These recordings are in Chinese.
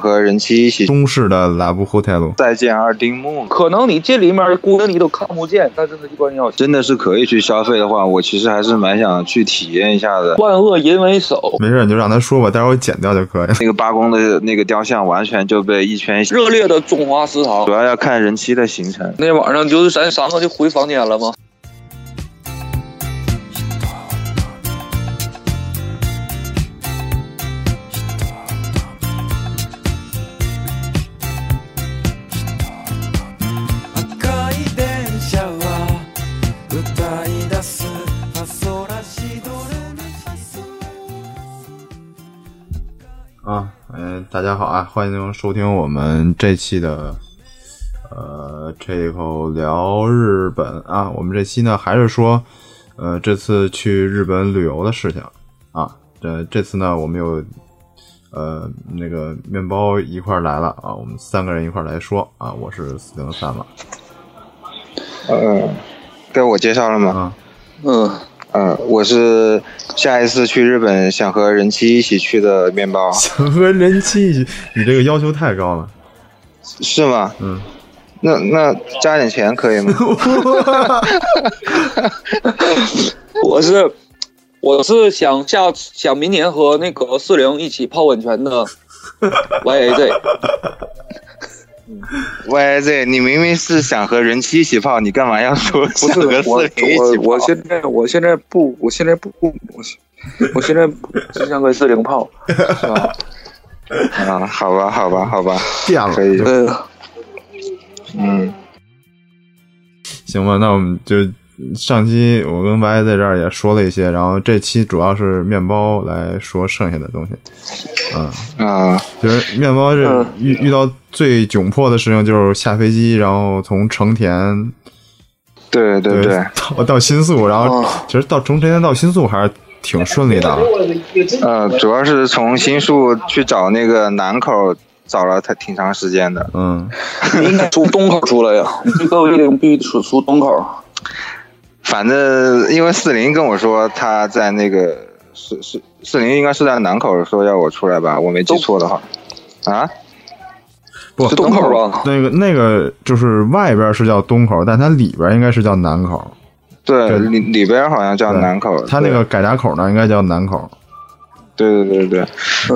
和人妻一起中式的拉布 hotel，再见二丁目，可能你这里面孤灯你都看不见，那真的一般人要真的是可以去消费的话，我其实还是蛮想去体验一下的。万恶淫为首，没事你就让他说吧，待会儿我剪掉就可以了。那个八公的那个雕像完全就被一圈，热烈的中华食堂主。要要看人妻的行程。那晚上就是咱三个就回房间了吗？赤い電車は歌い出すファソラシドレミファソ啊，嗯、大家好啊，欢迎收听我们这期的，呃，这口聊日本啊。我们这期呢还是说，呃，这次去日本旅游的事情啊。这这次呢，我们有，呃，那个面包一块儿来了啊，我们三个人一块儿来说啊。我是四零三了嗯，该我介绍了吗？啊，嗯，嗯，我是下一次去日本想和人妻一起去的面包，想和人妻一起，你这个要求太高了。是吗？嗯，那那加点钱可以 吗？我是我是想下想明年和那个四零一起泡温泉的 YAZ， Y Z，你明明是想和人妻一起泡，你干嘛要说不想是和我四零一起泡？我我现在我现在不我现在不我我现在不只想跟四零泡，是吧？啊，好吧，好吧，好吧，变了，可以呃，嗯，行吧，那我们就上期我跟 Y 在这儿也说了一些，然后这期主要是面包来说剩下的东西。嗯，啊，就是面包是嗯遇、遇到最窘迫的事情就是下飞机，然后从成田对对对， 到到新宿，然后哦其实到从成田到新宿还是挺顺利的啊。呃，主要是从新宿去找那个南口，找了他挺长时间的。嗯，你应该出东口出来呀，这个月饼必须出出东口，反正因为四零跟我说他在那个是是四零应该是在南口说要我出来吧，我没记错的话。啊，不是东口吧？那个那个就是外边是叫东口，但它里边应该是叫南口。对，对里里边好像叫南口，它那个改闸口呢，应该叫南口。对对对对，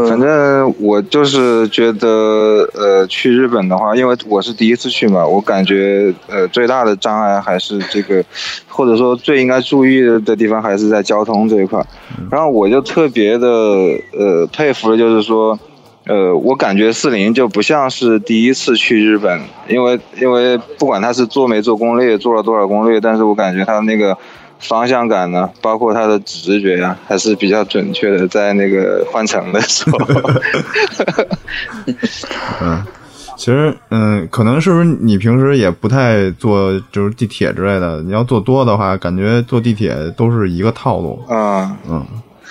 反嗯，正我就是觉得，呃，去日本的话，因为我是第一次去嘛，我感觉，呃，最大的障碍还是这个，或者说最应该注意的地方还是在交通这一块。然后我就特别的，呃，佩服的就是说，呃，我感觉四零就不像是第一次去日本，因为因为不管他是做没做攻略，做了多少攻略，但是我感觉他那个方向感呢，包括他的直觉呀、还是比较准确的，在那个换乘的时候。嗯，其实，嗯，可能是不是你平时也不太坐就是地铁之类的？你要坐多的话，感觉坐地铁都是一个套路。嗯嗯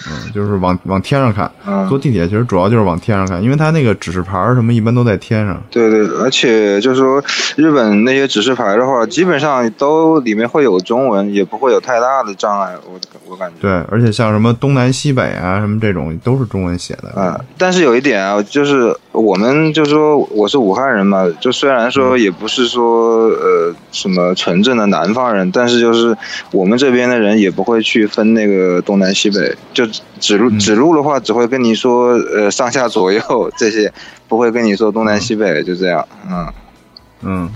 嗯，就是往往天上看，坐嗯，地铁其实主要就是往天上看，因为它那个指示牌儿什么一般都在天上。对对，而且就是说，日本那些指示牌的话，基本上都里面会有中文，也不会有太大的障碍，我我感觉。对，而且像什么东南西北啊，什么这种都是中文写的。啊，但是有一点啊，就是我们就说我是武汉人嘛，就虽然说也不是说呃什么纯正的南方人，但是就是我们这边的人也不会去分那个东南西北，就指路指路的话，只会跟你说呃上下左右这些，不会跟你说东南西北，就这样，嗯，嗯，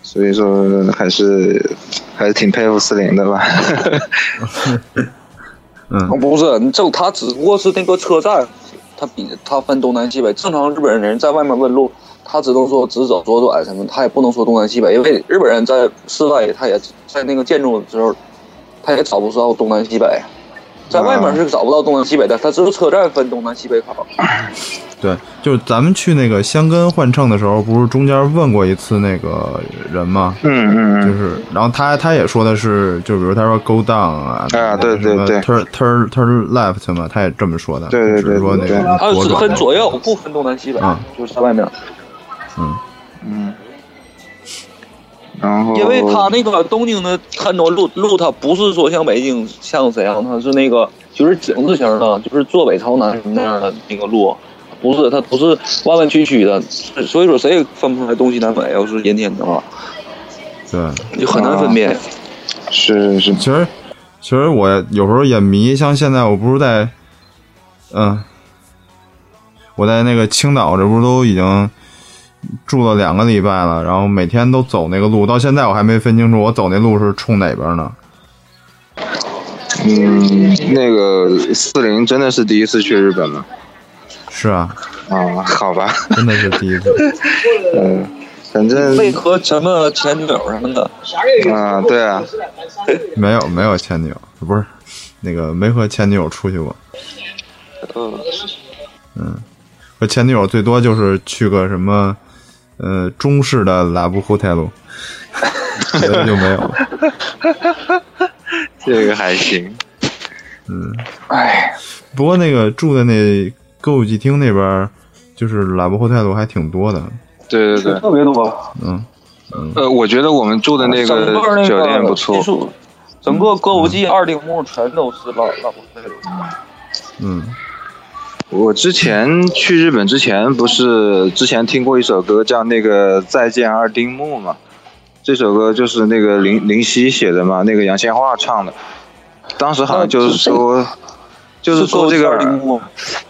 所以说还是还是挺佩服四零的吧， 嗯哦不是，你这他只不过是那个车站，他比他分东南西北。正常日本人在外面问路，他只能说哎直走、左转什么，他也不能说东南西北，因为日本人在室外，他也在那个建筑的时候，他也找不到东南西北。在外面是找不到东南西北的，他只有车站分东南西北口。对，就是咱们去那个箱根换乘的时候，不是中间问过一次那个人吗？嗯嗯就嗯，是，然后他他也说的是，就比如他说 go down 啊，啊对对对，turn turn turn left 嘛，他也这么说的，对对对就是说那对个他左只转分左右，不分东南西北，嗯就是在外面。然后因为他那个东京的很多路路，它不是说像北京像沈阳，它是那个就是井字形的，就是坐北朝南那样的那个路，它不是，它都是弯弯曲曲的，所以说谁也分不出来东西南北。要是阴天的话，对，就很难分辨。啊是是是，其实其实我有时候也迷，像现在我不是在，嗯、我在那个青岛，这不是都已经住了两个礼拜了，然后每天都走那个路，到现在我还没分清楚我走那路是冲哪边呢。嗯，那个四零真的是第一次去日本吗？是啊，啊，好吧，真的是第一次。嗯，反正为何什么前女友什么的，啊，对啊，没有没有前女友，不是那个没和前女友出去过。嗯嗯和前女友最多就是去个什么，呃，中式的拉布胡泰路，别的就没有了。这个还行。哎不过那个住的那歌舞伎町那边儿，就是拉布胡泰路还挺多的。对对对，特别多。嗯，呃，我觉得我们住的那整个个那酒店个不错技，术，整个歌舞伎二丁目全都是老老那种。嗯，我之前去日本之前，不是之前听过一首歌叫那个《再见二丁目》嘛？这首歌就是那个林林夕写的嘛，那个杨千嬅唱的。当时好像就是说，就是说这歌舞伎二丁个，目，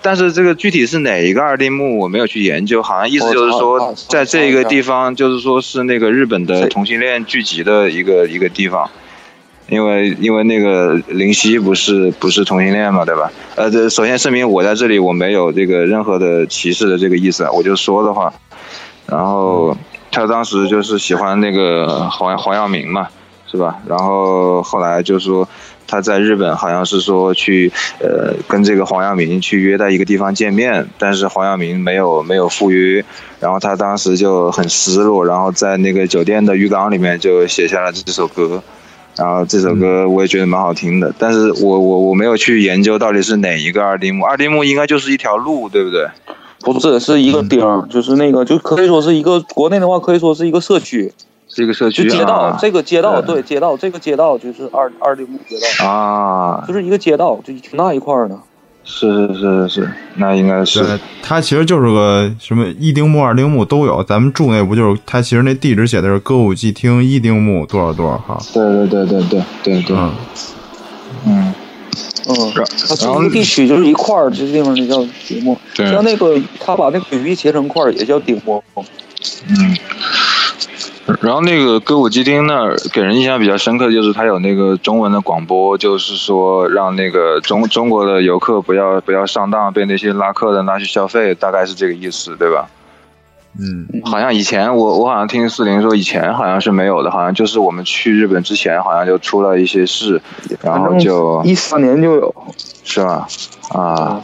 但是这个具体是哪一个二丁目我没有去研究，好像意思就是说，在这个地方就是说是那个日本的同性恋聚集的一个一个地方。因为因为那个林夕不是不是同性恋嘛，对吧？呃，这首先声明，我在这里我没有这个任何的歧视的这个意思，啊，我就说的话。然后他当时就是喜欢那个黄黄耀明嘛，是吧？然后后来就说他在日本好像是说去呃跟这个黄耀明去约在一个地方见面，但是黄耀明没有没有赴约，然后他当时就很失落，然后在那个酒店的浴缸里面就写下了这首歌。然后这首嗯歌我也觉得蛮好听的，但是我我我没有去研究到底是哪一个二丁目，二丁目应该就是一条路，对不对？不是是一个嗯丁儿，就是那个，就可以说是一个国内的话，可以说是一个社区，是一个社就区街道，啊这个街道，对对街道，这个街道就是二二丁目街道，啊，就是一个街道，就挺大一块儿呢。是是是是是，那应该是对，它其实就是个什么一丁目、二丁目都有。咱们住那不就是它其实那地址写的是歌舞伎町一丁目多少多少号。对对对对对对对，嗯，嗯，嗯，然它是然一后个地区，就是一块儿，这地方就叫丁目。对像那个他把那个鱼切成块儿，也叫丁目。嗯。然后那个歌舞伎町那儿给人印象比较深刻，就是它有那个中文的广播，就是说让那个中中国的游客不要不要上当，被那些拉客的拉去消费，大概是这个意思，对吧？嗯，好像以前我我好像听四零说，以前好像是没有的，好像就是我们去日本之前，好像就出了一些事，然后就一三年就有，是吧？啊，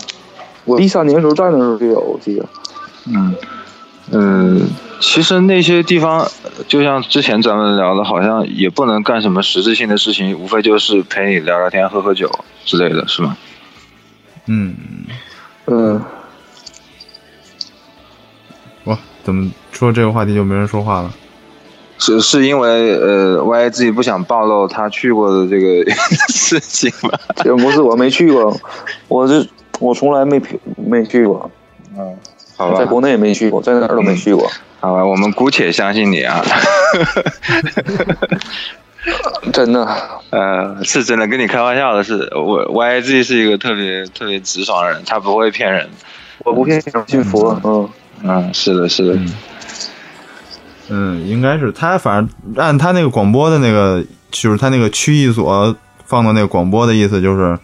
我一三年的时候在那时候就有，我记得。嗯嗯，其实那些地方，就像之前咱们聊的，好像也不能干什么实质性的事情，无非就是陪你聊聊天、喝喝酒之类的，是吗？嗯，嗯，哇，怎么说这个话题就没人说话了？是是因为呃，Y 自己不想暴露他去过的这个事情吗？也不是我没去过，我这我从来没去没去过， 好吧在，国内也没去过，在哪儿都没去过。好吧，我们姑且相信你啊。 嗯真的，呃，是真的，跟你开玩笑的是，我 YG 是一个特别特别直爽的人，他不会骗人。我不骗你，信佛。嗯，嗯，是的，是的，嗯嗯，应该是他，反正按他那个广播的那个，就是他那个区域所放的那个广播的意思，就是，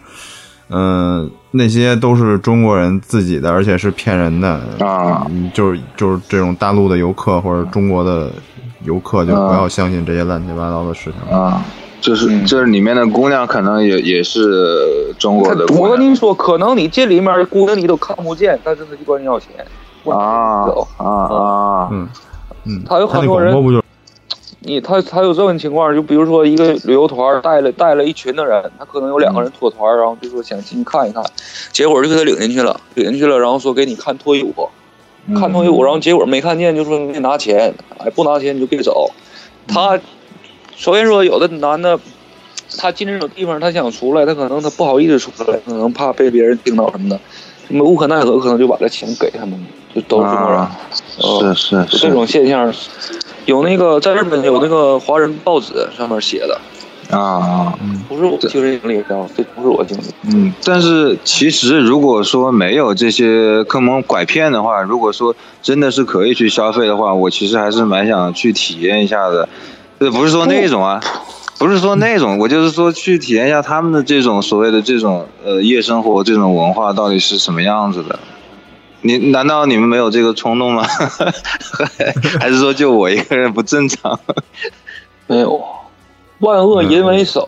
嗯、那些都是中国人自己的，而且是骗人的，啊嗯，就是就是这种大陆的游客或者中国的游客，就不要相信这些乱七八糟的事情。啊，嗯就是这里面的姑娘可能也也是中国的姑我跟娘你说，可能你这里面的姑娘你都看不见，但是他就管你要钱。啊走啊啊，嗯嗯，他有他很那多广人播不就是你他他有这种情况，就比如说一个旅游团带了带了一群的人，他可能有两个人脱团，然后就说想进去看一看，结果就给他领进去了，领进去了，然后说给你看脱衣舞，看脱衣舞，然后结果没看见，就说你得拿钱，哎，不拿钱你就别走。他首先说有的男的，他进这种地方，他想出来，他可能他不好意思出来，可能怕被别人听到什么的，那么无可奈何，可能就把这钱给他们了，就都是中国人。啊，是是，就是这种现象，有那个在日本有那个华人报纸上面写的，啊啊。不是我亲身经历啊，这不是我经历。嗯，但是其实如果说没有这些坑蒙拐骗的话，如果说真的是可以去消费的话，我其实还是蛮想去体验一下的。呃，不是说那种啊，不是说那种，我就是说去体验一下他们的这种所谓的这种呃夜生活这种文化到底是什么样子的。你难道你们没有这个冲动吗？ 还是说就我一个人不正常？ 没有，万恶淫为首，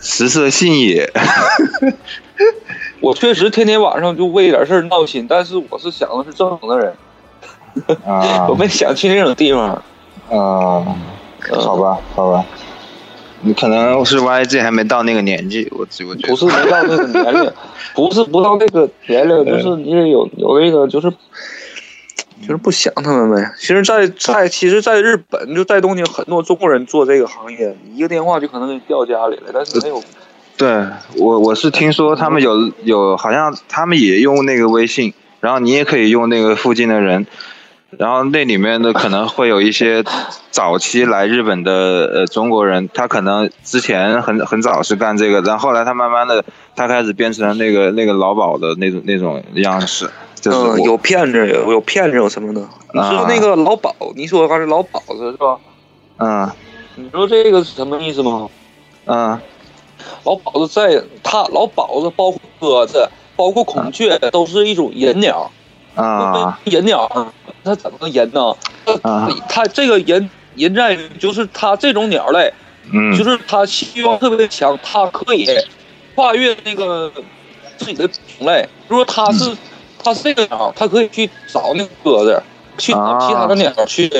食色性也。我确实天天晚上就为点事儿闹心，但是我是想的是正常的人，啊我没想去那种地方。 啊、呃好吧，好吧，你可能是 YG 还没到那个年纪，我自我觉得不是没到那个年 龄，不是不到那个年龄，就是你得有有这个，就是就是不想他们呗。其实在，在其实，在日本就在东京，很多中国人做这个行业，一个电话就可能给你调家里了，但是没有对我我是听说他们有有好像他们也用那个微信，然后你也可以用那个附近的人，然后那里面的可能会有一些早期来日本的呃中国人，他可能之前很很早是干这个，然后后来他慢慢的他开始变成那个那个劳保的那种那种样式，就是我、啊嗯，有骗子，有有骗子，有什么的？你说那个老鸨，你说刚才老鸨子是吧？嗯你说这个是什么意思吗？嗯老鸨子在他老鸨子，包括鸽子，包括孔雀，都是一种银鸟。啊银鸟，它怎么银呢？它啊它这个银银在于就是它这种鸟类，嗯就是它希望特别强，它可以跨越那个自己的种类。如果它嗯是它是这个鸟，它可以去找那个鸽子，去找啊其他的鸟去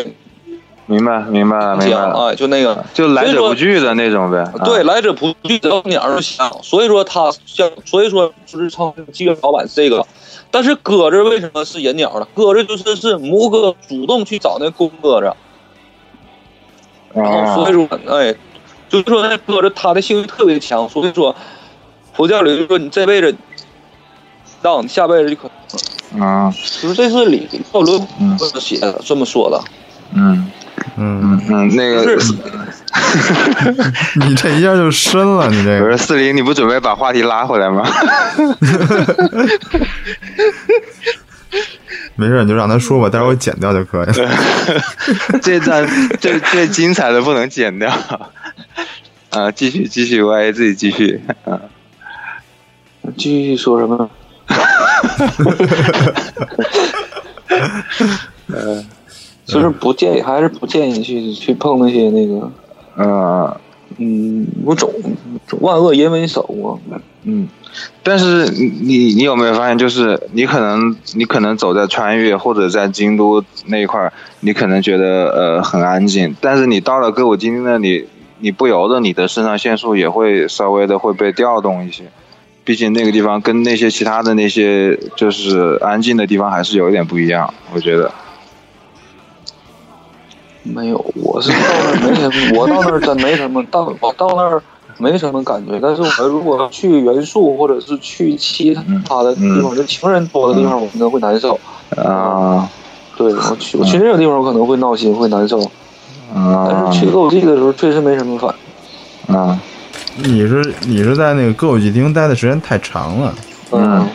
明白，明白了，明白讲了，啊，就那个。就来者不拒的那种呗。啊对，，来者不拒，只要鸟就香。所以说它像，所以说就是超妓院老板是这个。但是鸽子为什么是人鸟呢？鸽子就是是母鸽主动去找那公鸽子，然后所以啊，说，哎，就是说那鸽子它的性欲特别强，所以说佛教里就说你这辈子让你下辈子就可，嗯就是这是理道论嗯写的这么说的。嗯嗯，嗯，那个 就是你这一下就深了，你这我个说四零，你不准备把话题拉回来吗？ 没事，你就让他说吧，待会儿我剪掉就可以了。这段最最精彩的不能剪掉。 啊，继续继续，我也自己继续。啊，继续说什 么？呃就是不建议，还是不建议去去碰那些那个，嗯嗯，我总总万恶淫为首啊，嗯，但是你你你有没有发现，就是你可能你可能走在穿越或者在京都那一块儿，你可能觉得呃很安静，但是你到了歌舞伎町那里，你不由得你的肾上腺素也会稍微的会被调动一些，毕竟那个地方跟那些其他的那些就是安静的地方还是有一点不一样，我觉得。没有，我是到那儿没什么，我到那儿真没什么，到我到那儿没什么感觉。但是我如果去元素或者是去其他的地方，就情人多的地方，我可能会难受。啊对我去，我去这种地方，我可能会闹心，会难受。但啊是去购地的时候，确实没什么反应。啊！你是你是在那个歌舞伎町待的时间太长了，嗯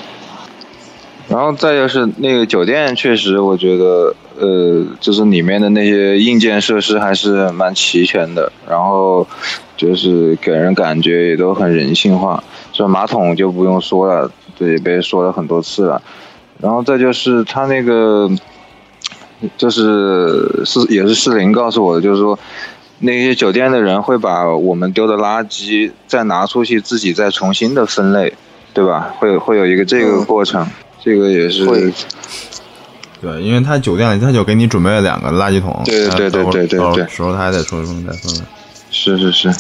然后再就是那个酒店，确实我觉得，呃，就是里面的那些硬件设施还是蛮齐全的，然后就是给人感觉也都很人性化。这马桶就不用说了，这也被说了很多次了。然后再就是它那个，就是是也是适龄告诉我的，就是说那些酒店的人会把我们丢的垃圾再拿出去，自己再重新的分类，对吧？会有会有一个这个过程，这个也是会对，因为他酒店里他就给你准备了两个垃圾桶，对对对对对到对时候他还得重新再分类。是是是，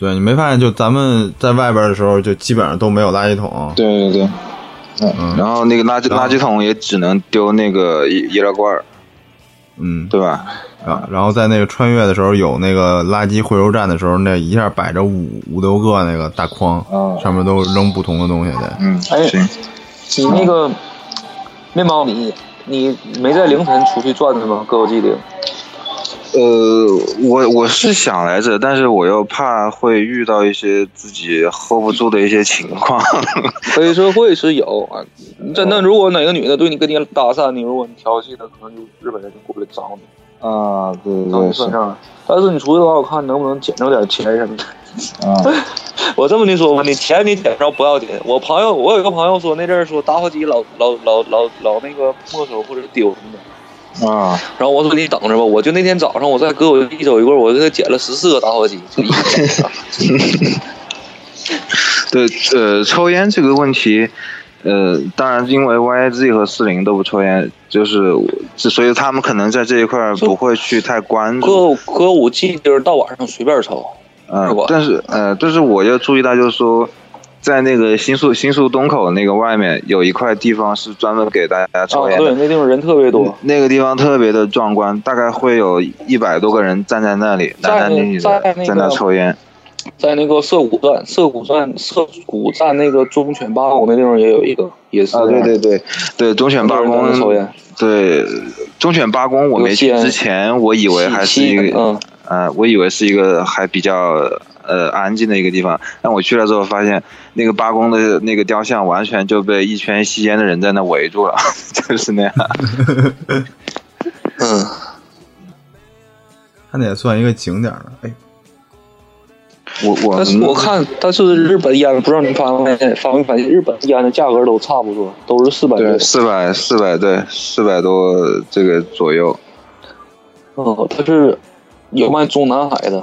对，你没发现就咱们在外边的时候，就基本上都没有垃圾桶。对对对。嗯嗯，然后那个垃圾垃圾桶也只能丢那个易易拉罐儿，嗯，对吧？啊，然后在那个穿越的时候，有那个垃圾回收站的时候，那一下摆着五五六个那个大筐，嗯上面都扔不同的东西的。嗯，哎行，你那个面包你你没在凌晨出去转转吗？歌舞伎町呃，我我是想来着，但是我又怕会遇到一些自己 hold 不住的一些情况。 黑社会是有啊，真的，如果哪个女的对你跟你搭讪，你如果你调戏她，可能就日本人就过来找你，啊，对对找你对，算是账。但是你出去的话，我看能不能捡着点钱什么的。啊，我这么跟你说吧，你钱你捡着不要紧。我朋友，我有一个朋友说那阵儿说打火机老老老老老那个没收或者丢什么的。啊，然后我说你等着吧，我就那天早上我在歌舞伎走一会儿，我给他捡了十四个打火机，就一个 捡着。对，呃，抽烟这个问题，呃，当然因为 YZ 和四零都不抽烟，就是我所以他们可能在这一块儿不会去太关注。歌舞歌舞伎就是到晚上随便抽，嗯是吧，但是呃，但是我要注意到，就是说，在那个新宿新宿东口那个外面有一块地方是专门给大家抽啊，烟的，对，那地方人特别多。那个地方特别的壮观，大概会有一百多个人站在那里，在单单挺挺的在那个在那抽烟。在那个涩谷站，涩谷站，涩谷站那个忠犬八公那地方也有一个，也是啊，对对对对，忠犬八很多人在那抽公烟，对忠犬八公，我没去有吸烟之前，我以以为还是一个嗯，呃，我以为是一个还比较呃安静的一个地方，但我去了之后发现，那个八公的那个雕像完全就被一圈吸烟的人在那围住了， 就是那样。嗯它那也算一个景点儿了。哎，我我但是我看，但是日本烟不知道你发没发没发现，日本烟的价格都差不多，都是四百多嗯对，四百四百对四百多这个左右，嗯，它是有卖中南海的，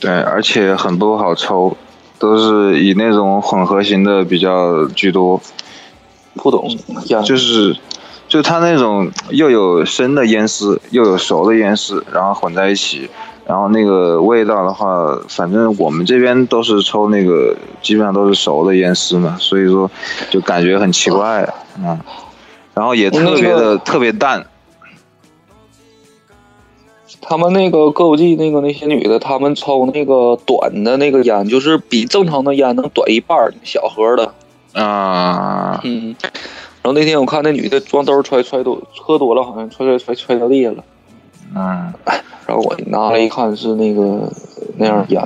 对，而且很不好抽，都是以那种混合型的比较居多。不懂烟，嗯就是就它那种又有生的烟丝，又有熟的烟丝，然后混在一起，然后那个味道的话，反正我们这边都是抽那个，基本上都是熟的烟丝嘛，所以说就感觉很奇怪啊、嗯然后也特别那的个特别淡，他们那个歌舞伎那个那些女的，她们抽那个短的那个烟，就是比正常的烟能短一半儿，小盒的，啊、嗯，然后那天我看那女的装兜儿揣揣多喝多了，好像揣揣揣揣到地下了。嗯，然后我拿来一看是那个那样烟，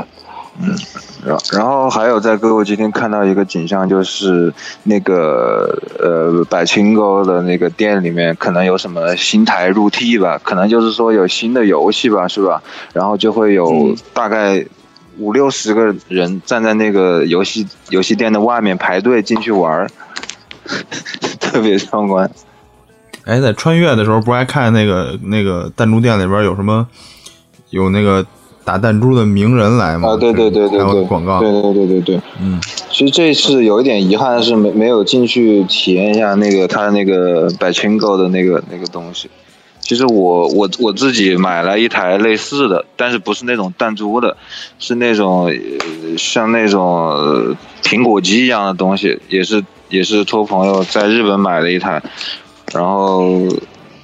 然然后还有在歌舞伎町看到一个景象，就是那个呃百青沟的那个店里面，可能有什么新台入替吧，可能就是说有新的游戏吧，是吧？然后就会有大概五六十个人站在那个游戏游戏店的外面排队进去玩儿， 特别壮观。哎，在穿越的时候不是还看那个那个弹珠店里边有什么有那个打弹珠的名人来吗？啊，对对对对还对，有广告。对对对对对，嗯，其实这一次有一点遗憾的是没没有进去体验一下那个它的那个百千购的那个那个东西。其实我我我自己买了一台类似的，但是不是那种弹珠的，是那种、呃像那种呃苹果机一样的东西，也是也是托朋友在日本买了一台，然后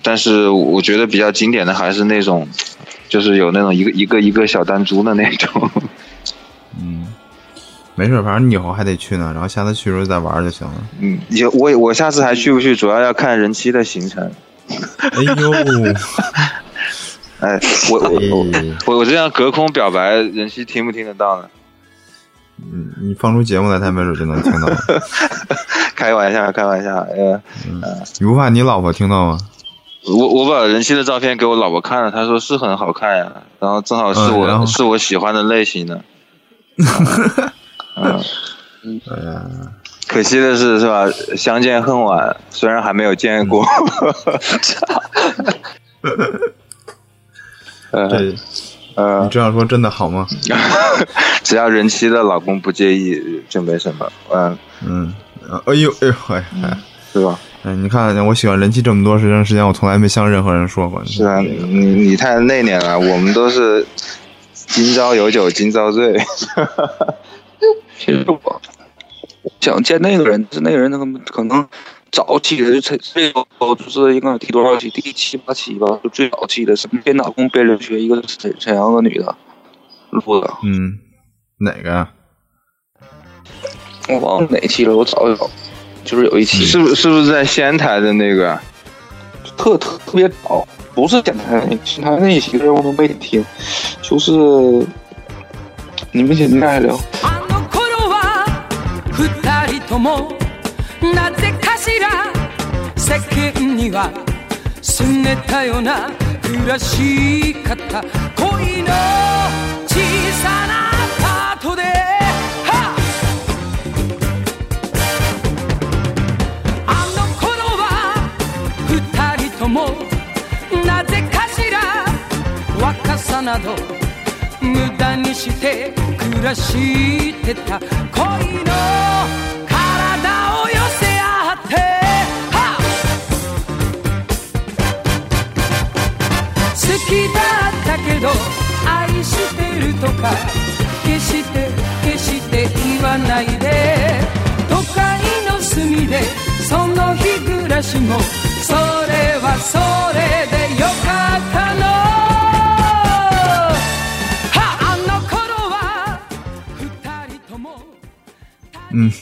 但是我觉得比较经典的还是那种，就是有那种一个一个一个小弹珠的那种。嗯，没事，反正你以后还得去呢，然后下次去的时候再玩就行了。嗯，也我我下次还去不去，主要要看人妻的行程。 哎 呦，哎，我我我哎我我这样隔空表白，人妻听不听得到呢？ 嗯，你放出节目来，他没准就能听到了。开玩笑，开玩笑。呃，你不怕你老婆听到吗？我我把人妻的照片给我老婆看了，她说是很好看呀、然后正好是嗯我、然后是我喜欢的类型 呢。嗯，哎呀，啊可惜的是是吧？相见恨晚，虽然还没有见过。 嗯呃这你呃，这样说真的好吗？只要人妻的老公不介意就没什么，嗯、嗯，啊哎呦，哎呦，哎哎，对吧？哎，你看我喜欢人气这么多时间时间，我从来没向任何人说过。是啊，你你你太内敛了，我们都是今朝有酒今朝醉。嗯其实我想见那个人，是那个人他可能可能早期的就这这周就是应该第多少期？第七八期吧，就最早期的，什么边打工边留学，一个沈沈阳的女的录的，嗯，哪个呀？我忘了哪期了，我找一找，就是有一期嗯是不是不是在西安台的那个？特特特别早，不是电台那电台那几个人我都没听，就是你们现在聊，あの頃は二人ともなぜかしら世間には拗ねたような暮らし方恋の小さなアパートではっあの頃は二人ともなぜかしら若さなど無駄にして暮らしてた恋の体を寄せ合っては好きだったけど愛してるとか決して決して言わないで都会の隅でその日暮らしもそれはそれでよかったのはあの頃は二人とも嗯，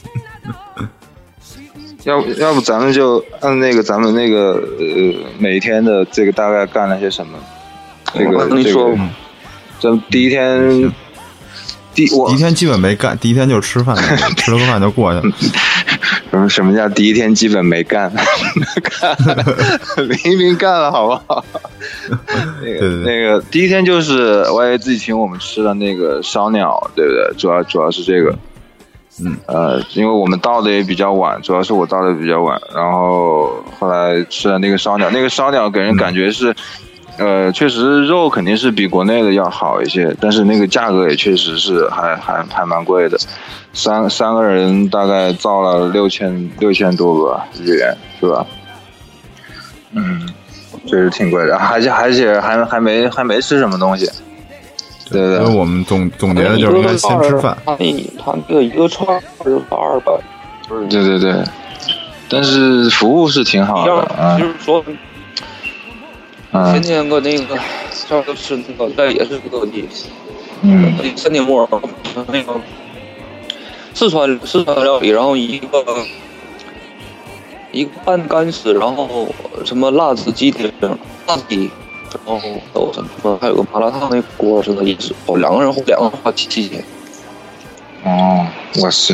要不要不咱们就按那个咱们那个呃每一天的这个大概干了些什么？这我个跟你这说嗯个，咱们第一天行，第我第一天基本没干，第一天就是吃饭， 吃了个饭就过去了。什么什么叫第一天基本没干？ 明明干了，好不 好？那个对对那个第一天就是我也自己请我们吃了那个烧鸟，对不对？主要主要是这个，嗯呃，因为我们到的也比较晚，主要是我到的比较晚，然后后来吃了那个烧鸟，那个烧鸟给人感觉是。呃，确实肉肯定是比国内的要好一些，但是那个价格也确实是还还还蛮贵的，三三个人大概造了六千六千多吧日元，是吧？嗯，确实挺贵的，而且而且还还没还没吃什么东西，对所对以对，我们哎总总结的就是应该先吃饭。他那他那个一个串儿就是二百，就是对对对，但是服务是挺啊好要的，嗯就是说前嗯天搁那个这儿就是那个在也是各地，嗯三点沫那个四川四川料理，然后一个一个拌干丝，然后什么辣子鸡丁、辣子鸡，然后还有什么还有个麻辣烫那锅是的也是哦，两个人两个人花七七千，哦，我是，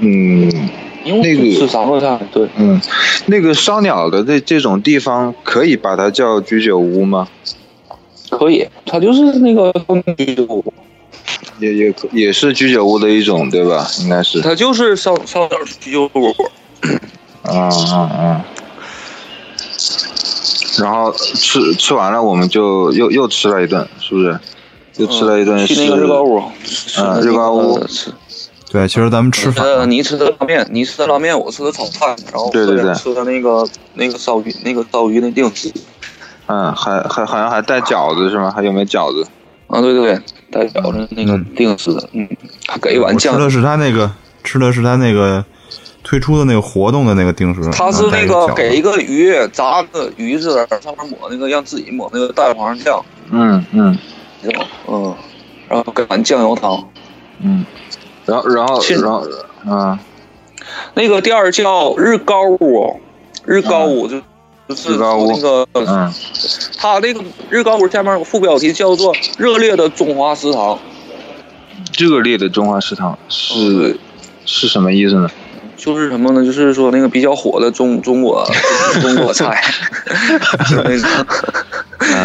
嗯因那个为吃三个菜，对，嗯，那个烧鸟的这这种地方可以把它叫居酒屋吗？可以，它就是那个居酒屋，也也可也是居酒屋的一种，对吧？应该是。它就是烧烧鸟居酒屋，嗯嗯嗯。然后吃吃完了，我们就又又吃了一顿，是不是？又吃了一顿嗯去是那个日高屋，嗯日高屋吃。对，其实咱们吃饭，呃，你吃的拉面，你吃的拉面，我吃的炒饭，然后对对对吃的那个那个烧鱼，那个烧鱼的定时嗯，还还好像还带饺子是吗？还有没有饺子？啊，对对对，带饺子那个嗯定时的，嗯，还给一碗我吃酱，的是他那个，吃的是他那个推出的那个活动的那个定时。他是那然后个带一给一饺子个鱼炸的鱼子上面抹那个让自己抹那个蛋黄酱，嗯嗯你知道吗嗯，然后给碗酱油汤，嗯。然后然后是然后嗯那个店儿叫日高屋，日高屋就。就是日高屋那个，嗯他那个日高屋下面有副标题叫做“热烈的中华食堂热烈的中华食堂”，是、哦对是什么意思呢？就是什么呢？就是说那个比较火的中中 国中国菜，就那啊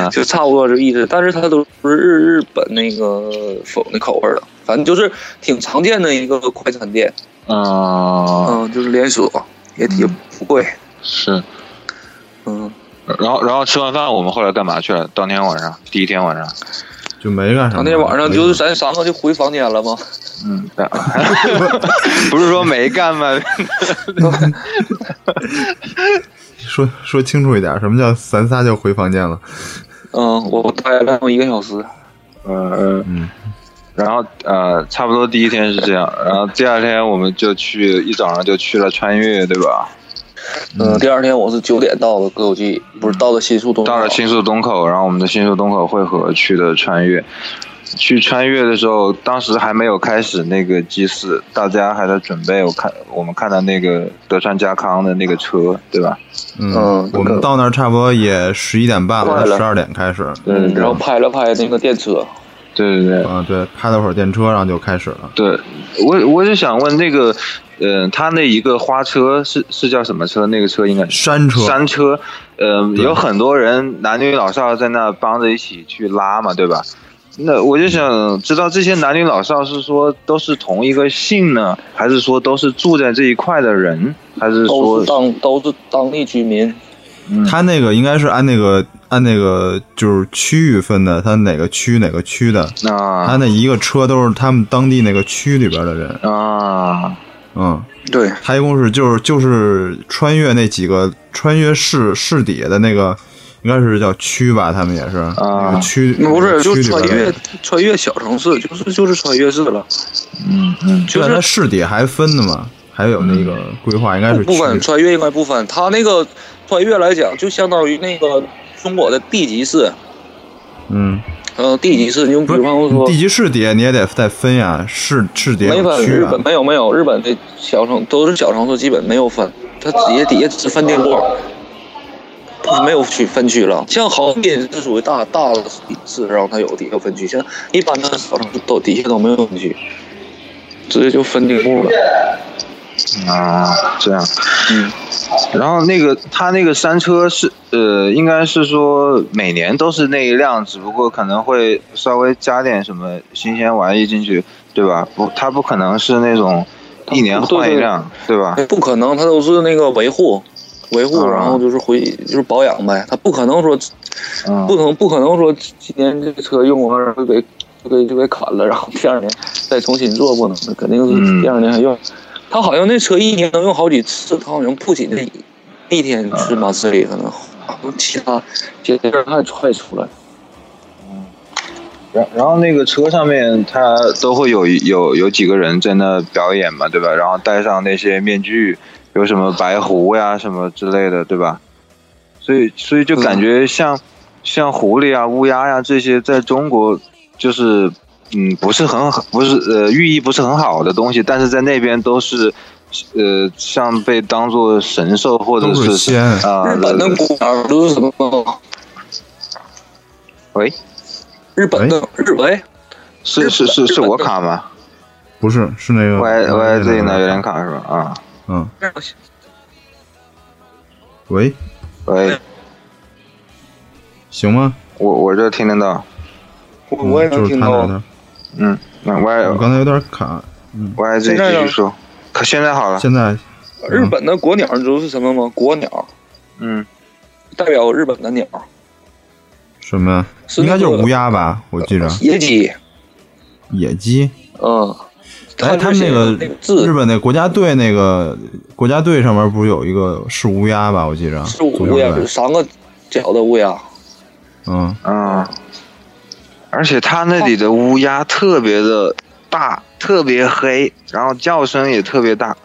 个， 就差不多这意思。但是它都是日日本那个否那口味儿的，反正就是挺常见的一个快餐店，啊、嗯，就是连锁，也挺不贵，是。嗯，然后然后吃完饭，我们后来干嘛去了？当天晚上，第一天晚上。就没干什么。当天晚上就是咱三个就回房间了嘛，嗯，对 不是说没干吗？ 说说清楚一点，什么叫咱仨就回房间了？嗯，我待了一个小时，嗯嗯嗯，然后呃，差不多第一天是这样，然后第二天我们就去一早上就去了穿越，对吧？嗯，第二天我是九点到的歌手季，不是到的新宿东。到了新宿东口，然后我们的新宿东口汇合去的穿越。去穿越的时候，当时还没有开始那个祭祀，大家还在准备。我看我们看到那个德川家康的那个车，对吧？嗯嗯，我们到那儿差不多也十一点半，快好了像十二点开始。嗯，然后拍了拍那个电车，对对对。啊，对，拍了会儿电车，然后就开始了。对，我我就想问那个，嗯、他那一个花车是是叫什么车？那个车应该是山车，山车，嗯、对有很多人男女老少在那帮着一起去拉嘛，对吧？那我就想知道这些男女老少是说都是同一个姓呢，还是说都是住在这一块的人，还是都说是当都是当地居民。它那个应该是按那个按那个就是区域分的，它哪个区哪个区的，那它啊那一个车都是他们当地那个区里边的人。啊嗯，对，它一共是就是就是穿越那几个穿越市市底下的那个，应该是叫区吧，他们也是那个区，不是嗯区就里穿边的越。穿越小城市，就是就是穿越市了。嗯嗯就就是是它市底还分的嘛，还有那个规划，应该是不分区。穿越应该不分，他那个穿越来讲，就相当于那个中国的地级市，嗯，嗯、地级市，你就比不是方说地级市底下你也得再分呀，市市底下没有分，区日啊本。没有没有，日本的小城都是小城市，基本没有分，它底下底下只分地块，不没有区分区了。像横滨是属于大大的市，然后它有底下分区，像一般的小城市都底下都没有分区，直接就分地目了。啊，这样。嗯，然后那个他那个山车是呃，应该是说每年都是那一辆，只不过可能会稍微加点什么新鲜玩意进去，对吧？不，它不可能是那种一年换一辆，对吧？哎不可能，它都是那个维护。维护，啊然后就是回就是保养呗，它不可能说嗯不，能不可能说今年这个车用完然后就给就给就给砍了，然后第二年再重新做，不能，肯定嗯是第二年还用。他好像那车一年能用好几次，他好像不仅那一天是马自里，可能好像其他别的人还踹出来。然然后那个车上面它都会有有有几个人在那表演嘛，对吧？然后戴上那些面具，有什么白狐呀什么之类的，对吧？所以所以就感觉像、像狐狸啊、乌鸦呀、这些，在中国就是嗯不是很好不是呃寓意不是很好的东西，但是在那边都是呃像被当做神兽或者都是仙啊、日本的对对姑娘都是什么？喂，日本的日喂，是是是是我卡吗不是是那个？Y 那个 Y 那 Z 个呢有点卡是吧？啊，嗯，喂，喂。行吗？我我这听得到，我嗯我也就能是听他到那。边，嗯，那我我也刚才有点卡，我也自现己在继呢续说，可现在好了，现在日本的国鸟你知道是什么吗？国鸟嗯，代表日本的鸟，啊什么呀？是应那该个就是乌鸦吧？我记着野鸡。野鸡。嗯，哎，他们那个个字日本那国家队那个国家队上面不是有一个是乌鸦吧？我记着是乌足球鸦，队三个脚的乌鸦。嗯，嗯，而且他那里的乌鸦特别的大，特别黑，然后叫声也特别大，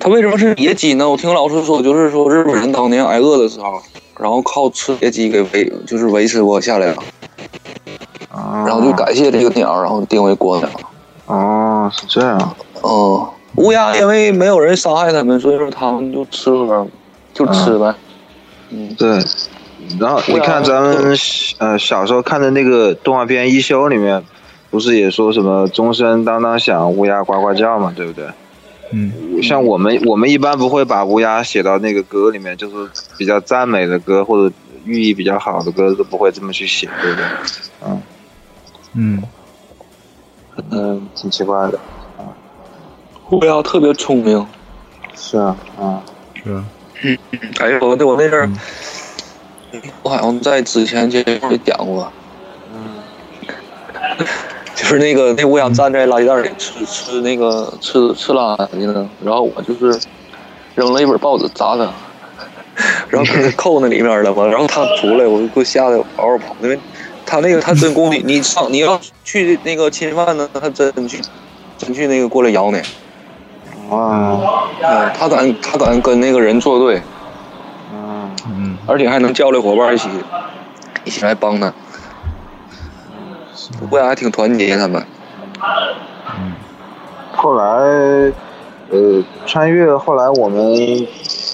它为什么是野鸡呢？我听老师说，就是说日本人当年挨饿的时候，然后靠吃野鸡给维，就是维持过下来了，啊，然后就感谢这个鸟，然后定为国鸟。哦，是这样，嗯，乌鸦因为没有人伤害它们，所以说它们就吃喝，就吃呗。啊对。然啊后你看咱们呃小时候看的那个动画片《一休》里面，不是也说什么钟声当当响，乌鸦呱呱叫嘛，对不对？嗯，像我们我们一般不会把乌鸦写到那个歌里面，就是比较赞美的歌或者寓意比较好的歌都不会这么去写，对不对？嗯，嗯，挺奇怪的。乌鸦特别聪明。是啊，啊，是哎呦，我那我那阵儿，我好像在之前节目里讲过，就是那个那乌鸦站在垃圾袋里吃吃那个吃吃垃圾呢，然后我就是扔了一本报纸砸它，然后给它扣那里面了嘛，然后它出来，我就给我吓得嗷嗷跑，因为他那个他真攻你，你上你要去那个侵犯呢，他真去真去那个过来咬你。啊，嗯，他敢他敢跟那个人作对，嗯，嗯，而且还能叫来伙伴一起一起来帮他，不然还挺团结他们。后来，呃，穿越后来我们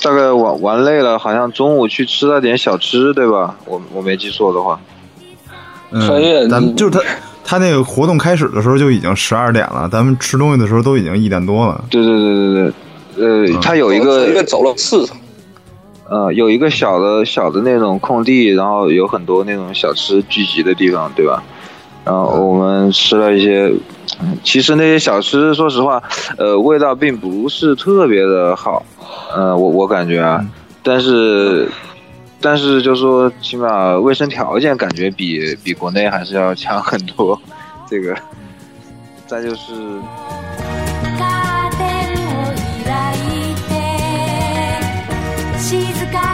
大概玩玩累了，好像中午去吃了点小吃，对吧？我我没记错的话，嗯穿越咱们你就是他他那个活动开始的时候就已经十二点了，咱们吃东西的时候都已经一点多了。对对对对对，呃，它有一走个了哦一个走了刺他，呃，有一个小的小的那种空地，然后有很多那种小吃聚集的地方，对吧？然后我们吃了一些，嗯其实那些小吃，说实话，呃，味道并不是特别的好，呃，我我感觉啊，但是，但是就说起码卫生条件感觉比比国内还是要强很多，这个，再就是「カーテンを開いて」「静か